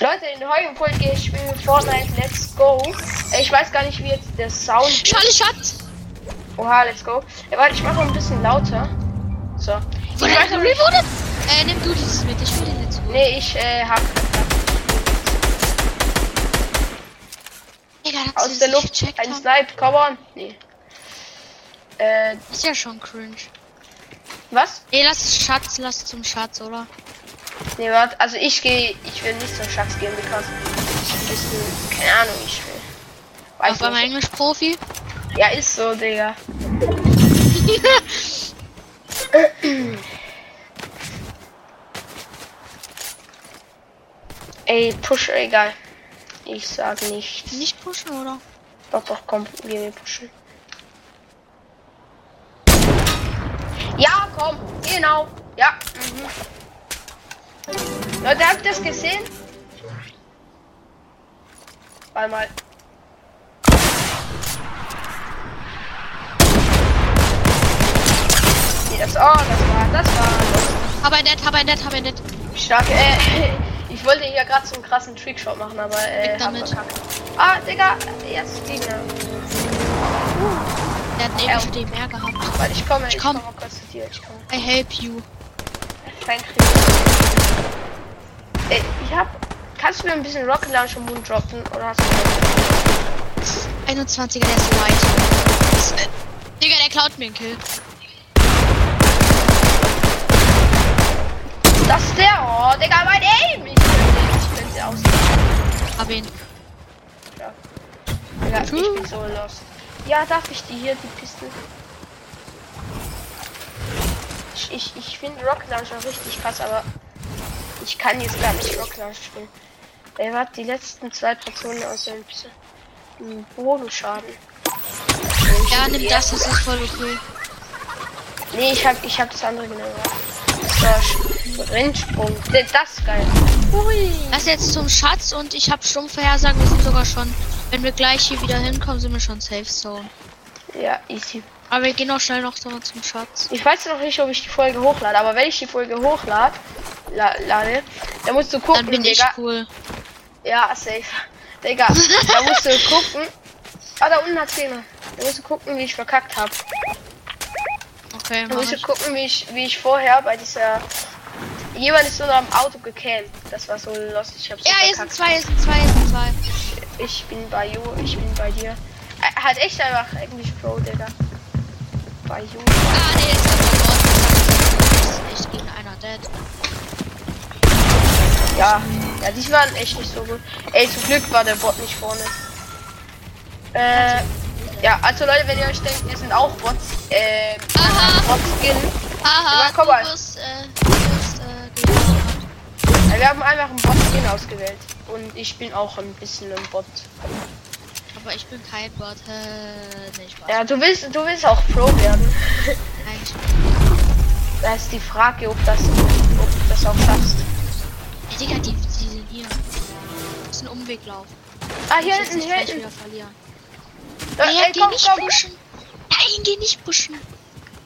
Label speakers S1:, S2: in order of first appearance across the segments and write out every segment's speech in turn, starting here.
S1: Leute, in der heutigen Folge spielen wir Fortnite. Let's go. Äh, Ich weiß gar nicht, wie jetzt der Sound.
S2: Schade, Schatz.
S1: Oha, let's go. Äh, Warte, ich mache ein bisschen lauter. So. Ich
S2: Wurde
S1: weiß noch nicht.
S2: wurde? Äh, nimm du dieses mit. Ich will den jetzt.
S1: Nee, ich äh, hab.
S2: Digga, das
S1: Aus der Luft.
S2: Checkt
S1: Ein
S2: haben.
S1: Snipe, come on. Nee. Äh,
S2: Ist ja schon cringe.
S1: was?
S2: Ey, lass es Schatz, lass zum Schatz, oder?
S1: Nee, warte. Also ich gehe. Ich will nicht zum Schatz gehen, because ich ein bisschen. Keine Ahnung, ich will.
S2: Auf
S1: Weiß
S2: einmal
S1: nicht.
S2: Englisch-Profi.
S1: Ja, ist so, Digga. Ey, push, egal. Ich sag nichts.
S2: Nicht pushen, oder?
S1: Doch, doch, komm, geh wir pushen. Ja, komm, genau. Ja. Mhm. Leute, habt ihr das gesehen? Warte mal. Nee, das, oh, das war, das war
S2: Hab ein Dead, hab ein Dead, hab ein Dead.
S1: stark. Äh, ich wollte hier gerade so einen krassen Trickshot machen, aber äh,
S2: Weg
S1: hab
S2: damit.
S1: verkackt. Ah, Digga, jetzt Gegner.
S2: Der hat
S1: Ja.
S2: nämlich schon den mehr gehabt.
S1: Warte, ich komme, ich,
S2: komm.
S1: komme kurz zu dir. Ich komme.
S2: I help you.
S1: Kein Krieg. Ey, ich hab. Kannst du mir ein bisschen Rocket Launcher Moon droppen? Oder hast du.
S2: 21er, der ist white. Das, äh, Digga, der klaut mir einen Kill.
S1: Das ist der. Oh, Digga, mein Aim! Ich könnte sie aus.
S2: Hab ihn.
S1: Digga, ich bin so los. Ja, darf ich die hier, die Pistole? Ich, ich, ich finde Rocket Launcher richtig krass, aber ich kann jetzt gar nicht Rocket Launcher spielen. Ey, warte, die letzten zwei Personen aus dem bisschen einen Bodenschaden.
S2: Ja, nimm das, das ist voll okay.
S1: Nee, ich hab, ich hab das andere genommen. So, Rindsprung. Das ist geil. Ui.
S2: Lass jetzt zum Schatz und ich hab stumm vorhersagen, wir sind sogar schon. Wenn wir gleich hier wieder hinkommen, sind wir schon safe zone.
S1: Ja, easy.
S2: Aber wir gehen auch schnell noch so zum Schatz.
S1: Ich weiß noch nicht, ob ich die Folge hochlade, aber wenn ich die Folge hochlade, la lade, dann musst du gucken,
S2: Dann bin ich
S1: Digga.
S2: cool.
S1: Ja, safe. Digga, da musst du gucken. Ah, da unten hat's Gegner. Da musst du gucken, wie ich verkackt hab.
S2: Okay,
S1: Da
S2: mach
S1: musst du
S2: ich.
S1: gucken, wie ich, wie ich vorher bei dieser. Jemand ist so am Auto gecampt. Das war so los. Ich hab's so
S2: Ja, hier
S1: verkackt.
S2: sind zwei, hier sind zwei, hier sind zwei.
S1: Ich bin bei Jo, ich bin bei dir. Er hat echt einfach Englisch Pro, Digga. Bei Jo.
S2: Ah, nee, jetzt kommt der Bot. Das ist echt gegen einer dead.
S1: Ja, ja, die waren echt nicht so gut. Ey, zum Glück war der Bot nicht vorne. Äh, ja, also Leute, wenn ihr euch denkt, wir sind auch Bots, äh,
S2: Aha.
S1: Bot-Skin.
S2: Haha,
S1: Ja, komm mal.
S2: du wirst, äh, du wirst, äh, gegen jemanden.
S1: Äh, Wir haben einfach einen Bot-Skin ausgewählt. Und ich bin auch ein bisschen ein Bot.
S2: Aber ich bin kein Bot, äh, nee, Spaß.
S1: Ja, du willst, du willst auch Pro werden.
S2: Eigentlich.
S1: Da ist die Frage, ob das, ob du das auch schaffst.
S2: Ey, Digga, die, die sind hier. Das ist ein Umweglauf.
S1: Ah, hier
S2: Ich jetzt
S1: hinten,
S2: nicht
S1: hier
S2: gleich
S1: hinten.
S2: wieder verlieren.
S1: Äh,
S2: Nee,
S1: ey,
S2: geh
S1: komm,
S2: nicht
S1: komm,
S2: pushen. Nein, geh nicht pushen.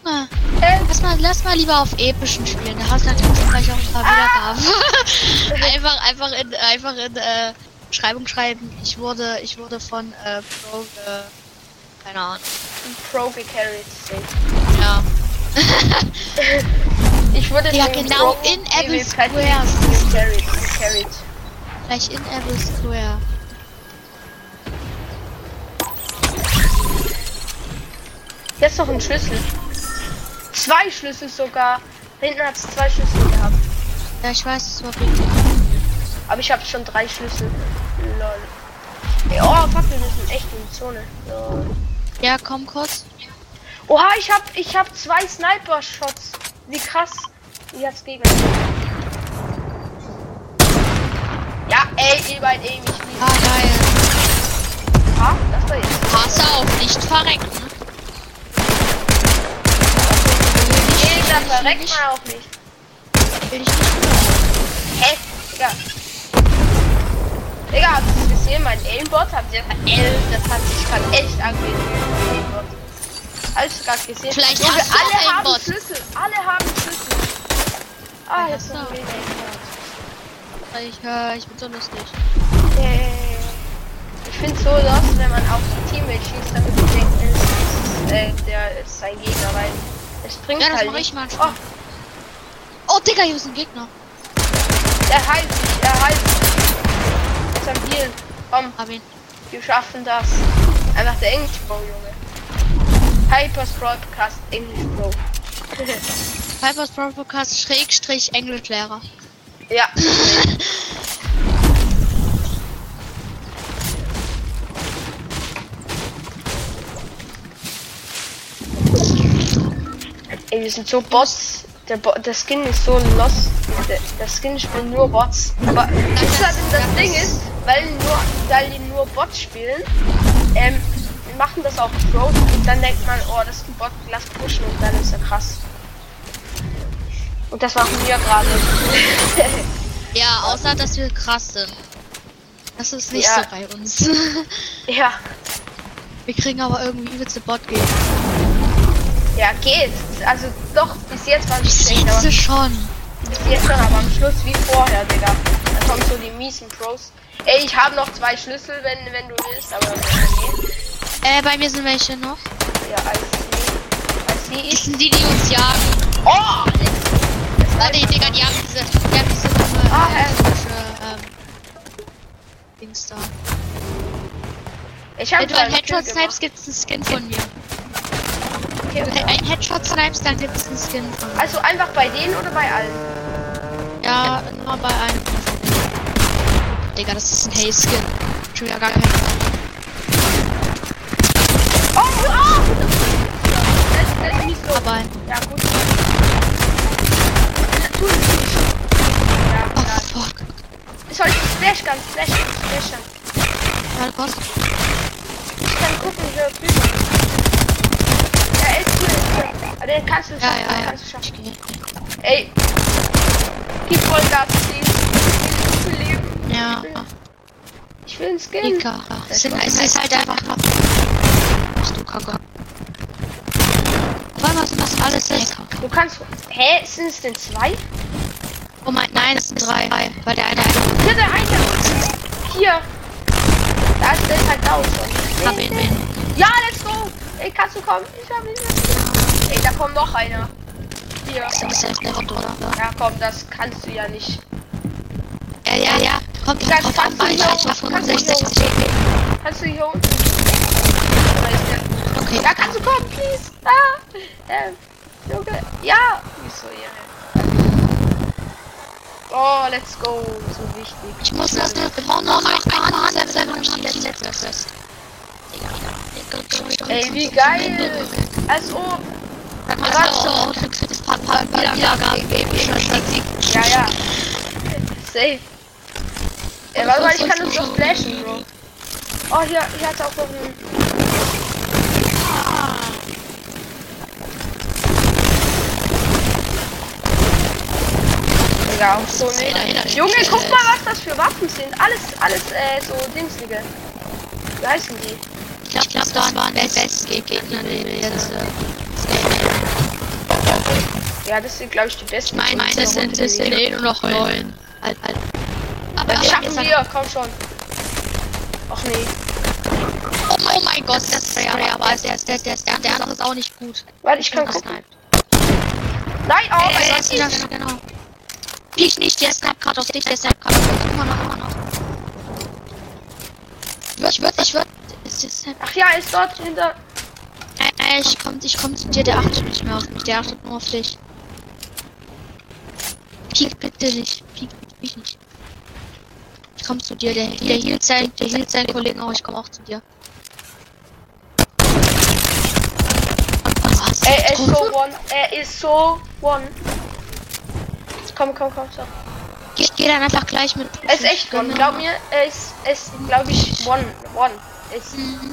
S2: Na,
S1: Äh,
S2: lass mal, lass mal lieber auf epischen spielen. Da hast du natürlich gleich auch ein paar
S1: Ah.
S2: Wiedergaben. einfach, einfach in, einfach in, äh, Schreibung schreiben. Ich wurde, ich wurde von, äh, Pro, ge- keine Ahnung.
S1: Pro gecarried. safe.
S2: Ja.
S1: Ich würde
S2: Ja,
S1: den
S2: genau,
S1: Broken
S2: in Apple
S1: Evil Patrick
S2: Square.
S1: gecarried, gecarried.
S2: Gleich in Apple Square.
S1: Hier ist noch ein Schlüssel. Zwei Schlüssel sogar. Hinten hat es zwei Schlüssel gehabt.
S2: Ja, ich weiß, es war wirklich.
S1: Aber ich habe schon drei Schlüssel. Lol. Ey, oh, fuck, wir müssen echt in die Zone. Lol.
S2: Ja, komm kurz.
S1: Oha, ich hab, ich hab zwei Sniper-Shots. Wie krass. Wie hat's gegen. Ja, ey, ihr beiden, ey, mich lieben.
S2: Ah, geil.
S1: Ah, das war jetzt.
S2: Pass auf, nicht ne? verrecken.
S1: Nee, da verreckt man auch nicht.
S2: Will ich nicht.
S1: Hä? Digga. Digga, habt ihr das gesehen? Mein Aimbot habt ihr L, das hat sich gerade echt angesehen. Alles gerade gesehen.
S2: Vielleicht
S1: Junge,
S2: hast du
S1: alle
S2: auch
S1: haben
S2: Aimbot.
S1: Schlüssel. Alle haben Schlüssel. Ah,
S2: Vielleicht
S1: jetzt
S2: hast
S1: haben
S2: du
S1: wir den Aimbot.
S2: Ich, äh, ich bin so lustig.
S1: Ja, ja, ja, ja. Ich finde so los, wenn man auf die Teammates schießt, damit die denken, es ist, äh, der ist sein Gegner, weil es bringt
S2: Ja, das
S1: halt
S2: mache ich
S1: nicht.
S2: manchmal.
S1: Oh,
S2: Oh, Digga, hier ist ein Gegner.
S1: er heilt sich, er heilt sich. Jetzt am Heal. Komm,
S2: Hab ihn.
S1: wir schaffen das. Einfach der English Bro, Junge. Hyper Sprawl Podcast English Bro.
S2: Piper's Pro Podcast Schrägstrich Englischlehrer.
S1: ja. Ey, wir sind so Bots. Der, Bo der Skin ist so lost. Der, der Skin spielen nur Bots. Aber das, ist halt das Ding ist, weil nur, weil die nur Bots spielen, ähm, die machen das auf Road und dann denkt man, oh, das ist ein Bot, lass pushen und dann ist er krass. Und das machen wir gerade.
S2: Ja, außer dass wir krass sind. Das ist nicht
S1: Ja.
S2: so bei uns.
S1: ja,
S2: wir kriegen aber irgendwie übelste bot gehen.
S1: ja, geht. Also doch, bis jetzt war
S2: Ich
S1: es schlecht, aber
S2: sehe schon.
S1: bis jetzt schon, aber am Schluss wie vorher, Digga. Da kommen so die miesen Pros. Ey, ich habe noch zwei Schlüssel, wenn, wenn du willst, aber okay.
S2: Äh, bei mir sind welche noch.
S1: Ja, als sie, als sie
S2: Die
S1: ist.
S2: sind die, die uns jagen.
S1: Oh!
S2: Ah, die Digga, die haben diese, die haben diese dumme,
S1: Ah,
S2: äh,
S1: äh.
S2: komische, ähm, Dings da.
S1: Ich habe
S2: Wenn du einen
S1: Headshot
S2: Headshot snipes, gibt's einen Skin von mir.
S1: okay,
S2: Wenn du einen Headshot snipes, dann gibt's einen Skin von mir.
S1: Also einfach bei denen oder bei allen?
S2: Ja, nur bei einem. Digga, das ist ein Hey-Skin. Schon wieder gar kein.
S1: Oh, oh! Das, das ist nicht so.
S2: Aber
S1: Ja, gut. Tu es nicht. Ja,
S2: Oh
S1: klar.
S2: fuck.
S1: Soll ich Splashgun, Splashgun, Splashgun?
S2: Oh Gott.
S1: Ich kann gucken, wie er drüben ist. Ja, ist cool, ist cool. Aber den kannst du
S2: Ja,
S1: schaffen,
S2: ja,
S1: den
S2: ja.
S1: kannst du schaffen.
S2: Ich geh.
S1: Ey, gib Vollgas, Steve. Ich will leben.
S2: Ja.
S1: Ich will einen Skin.
S2: Digga. Es sind- es ist halt einfach noch. Ach du Kacke. Vor allem sind das alles Hacker.
S1: Du kannst... Hä, sind es denn zwei?
S2: Oh mein, nein, es sind drei. Weil der eine einfach
S1: Hier, der eine. Hier. Da ist der ist halt down schon.
S2: hab ihn bin.
S1: Ja, let's go. Ey, kannst du kommen? Ich hab ihn. Ey, da kommt noch einer. Hier.
S2: Ist das selbst der oder?
S1: Ja, komm, das kannst du ja nicht.
S2: Ja, ja, ja. Kommt
S1: Sag,
S2: drauf an, weil ich
S1: kannst du
S2: war
S1: hier- kannst du
S2: 65
S1: hier-
S2: HP.
S1: Kannst du hier unten? Oder ist der...
S2: Okay.
S1: Ja, kannst du kommen, please? Ah, ähm, Junge, ja. Wieso, ja. Oh, let's go, so wichtig.
S2: Ich muss das nur genau noch einmal ansetzen und ich die letzte Test.
S1: Ey, wie geil. Also,
S2: Dann hast du auch ein kritisches Papa bei der Wiedergabe gegeben.
S1: ja, ja. Safe. Ey, warte mal, ich kann uns doch flashen, Bro. Oh, hier, hier hat's auch noch einen... Ja, auch so nicht. Junge, guck mal, was das für Waffen sind. Alles, alles, äh, so Dingslige. Wie heißen die?
S2: Ich glaube, das waren die Gegner, die jetzt.
S1: Ja, das sind, glaube ich, die besten.
S2: Mein, meine sind es in 10 und noch 9. Aber
S1: Das schaffen wir, komm schon. Och nee.
S2: Oh mein, oh mein Gott, das ist ja, aber der, der, der, der, der andere ist auch nicht gut.
S1: Warte, ich kann gucken. Nein, oh
S2: Ey,
S1: mein
S2: was ist
S1: Gott.
S2: das? Äh, Genau. Ich nicht, der Snap gerade auf dich, der Snap gerade auf dich. Immer noch, immer noch. Ich würd, ich würd, ich würd. Ist der Snap.
S1: Ach ja, ist dort hinter.
S2: Äh, äh, ich komm, ich komm zu dir, der achtet nicht mehr auf mich, der achtet nur auf dich. Piek bitte nicht, piek mich nicht. Ich komm zu dir, der, der hielt sein, der hielt seinen Kollegen auch, ich komm auch zu dir. Was?
S1: Er ist so one. Er ist so one. Komm, komm, komm, komm.
S2: Geh, geh dann einfach gleich mit.
S1: Er ist echt one. Glaub mir, er ist, er ist glaube ich, one. One. Er Ist,
S2: Mhm.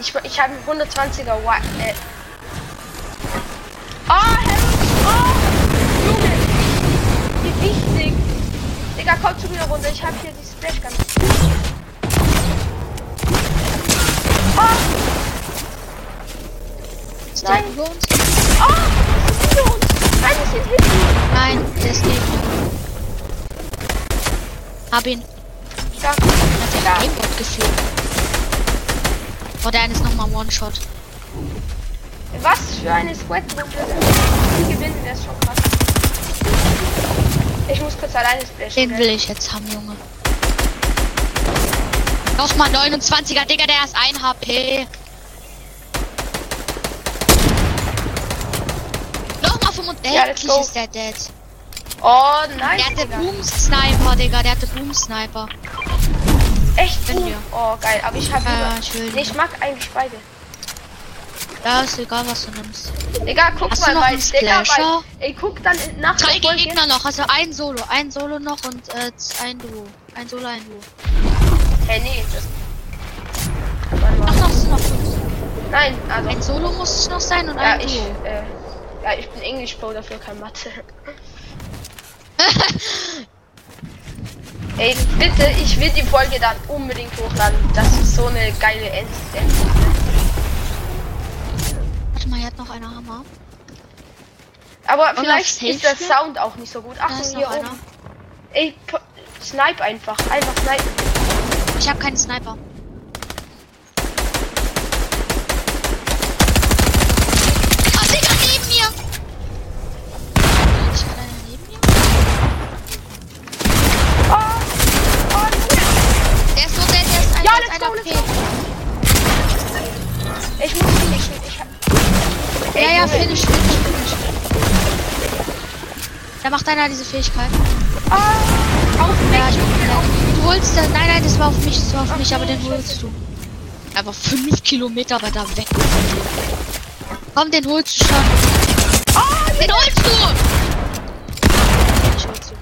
S1: ich ich habe einen 120er White. Äh. Ah, Harry. Oh, Junge. Wie wichtig. Digga, komm zu mir runter. Ich habe hier die Splashgun. Oh,
S2: Ist
S1: Nein.
S2: der über uns?
S1: oh. Das ist hinter uns. Nein, das ist hinter uns.
S2: Nein, der ist neben mir. Hab ihn.
S1: Ja.
S2: Hat er
S1: Ja.
S2: den Gamebot gefehlt. Oh, der eine ist nochmal One-Shot.
S1: Was für eine Squad-Runde. Die gewinnen, das ist schon krass. Ich muss kurz alleine splashen.
S2: Den
S1: gell?
S2: will ich jetzt haben, Junge. Nochmal 29er, Digga, der ist 1 HP. Nochmal 35.
S1: Ja,
S2: Ja,
S1: let's go.
S2: ist der dead.
S1: Oh, nein.
S2: Der hatte Boom-Sniper, Digga, der hatte Boom-Sniper.
S1: Echt
S2: Wenn
S1: gut.
S2: wir-
S1: Oh, geil. Aber ich habe
S2: Ja, ich will
S1: nee, ich mag eigentlich beide.
S2: Ja, ist egal, was du nimmst.
S1: Digga, guck
S2: Hast du
S1: mal,
S2: noch
S1: weil
S2: einen
S1: Digga, weil
S2: Splasher?
S1: ich guck dann in- nach
S2: Drei
S1: der Folge-
S2: Gegner noch, also ein Solo, ein Solo noch und äh, z- ein Duo. Ein Solo, ein Duo.
S1: Hey, nee, das. Warte
S2: Ach,
S1: mal.
S2: noch sind noch fünf.
S1: Nein, also.
S2: Ein Solo muss es noch sein und
S1: Ja,
S2: ein
S1: ich,
S2: Duo.
S1: äh, ja, ich bin English Pro, dafür kein Mathe. Ey, bitte, ich will die Folge dann unbedingt hochladen. Das ist so eine geile End. End
S2: Warte mal, hier hat noch einer Hammer.
S1: Aber
S2: auf
S1: vielleicht
S2: Safe
S1: ist der
S2: spielen?
S1: Sound auch nicht so gut.
S2: Da ist
S1: Achtung, hier
S2: noch einer.
S1: oben. Ey, po- snipe einfach. Einfach snipe.
S2: Ich habe keinen Sniper. Ah, Digga, neben mir! Ich war leider neben mir.
S1: Oh, oh,
S2: Der ist so dead, der ist ein,
S1: Ja,
S2: der ist
S1: let's
S2: ein
S1: go,
S2: AP.
S1: let's nee. Ich muss ihn nicht. Ich hab... Ey,
S2: Ja, ja,
S1: Junge.
S2: finish, finish, finish. Da macht einer diese Fähigkeit.
S1: Ah, auf mich.
S2: Ja, ich bin dead. Du holst das. Nein, nein, das war auf mich, das war auf mich, aber den
S1: scheiße.
S2: holst du. Aber 5 Kilometer weiter weg. Komm, den holst du schon.
S1: Ah,
S2: Den holst du! Ich holst du.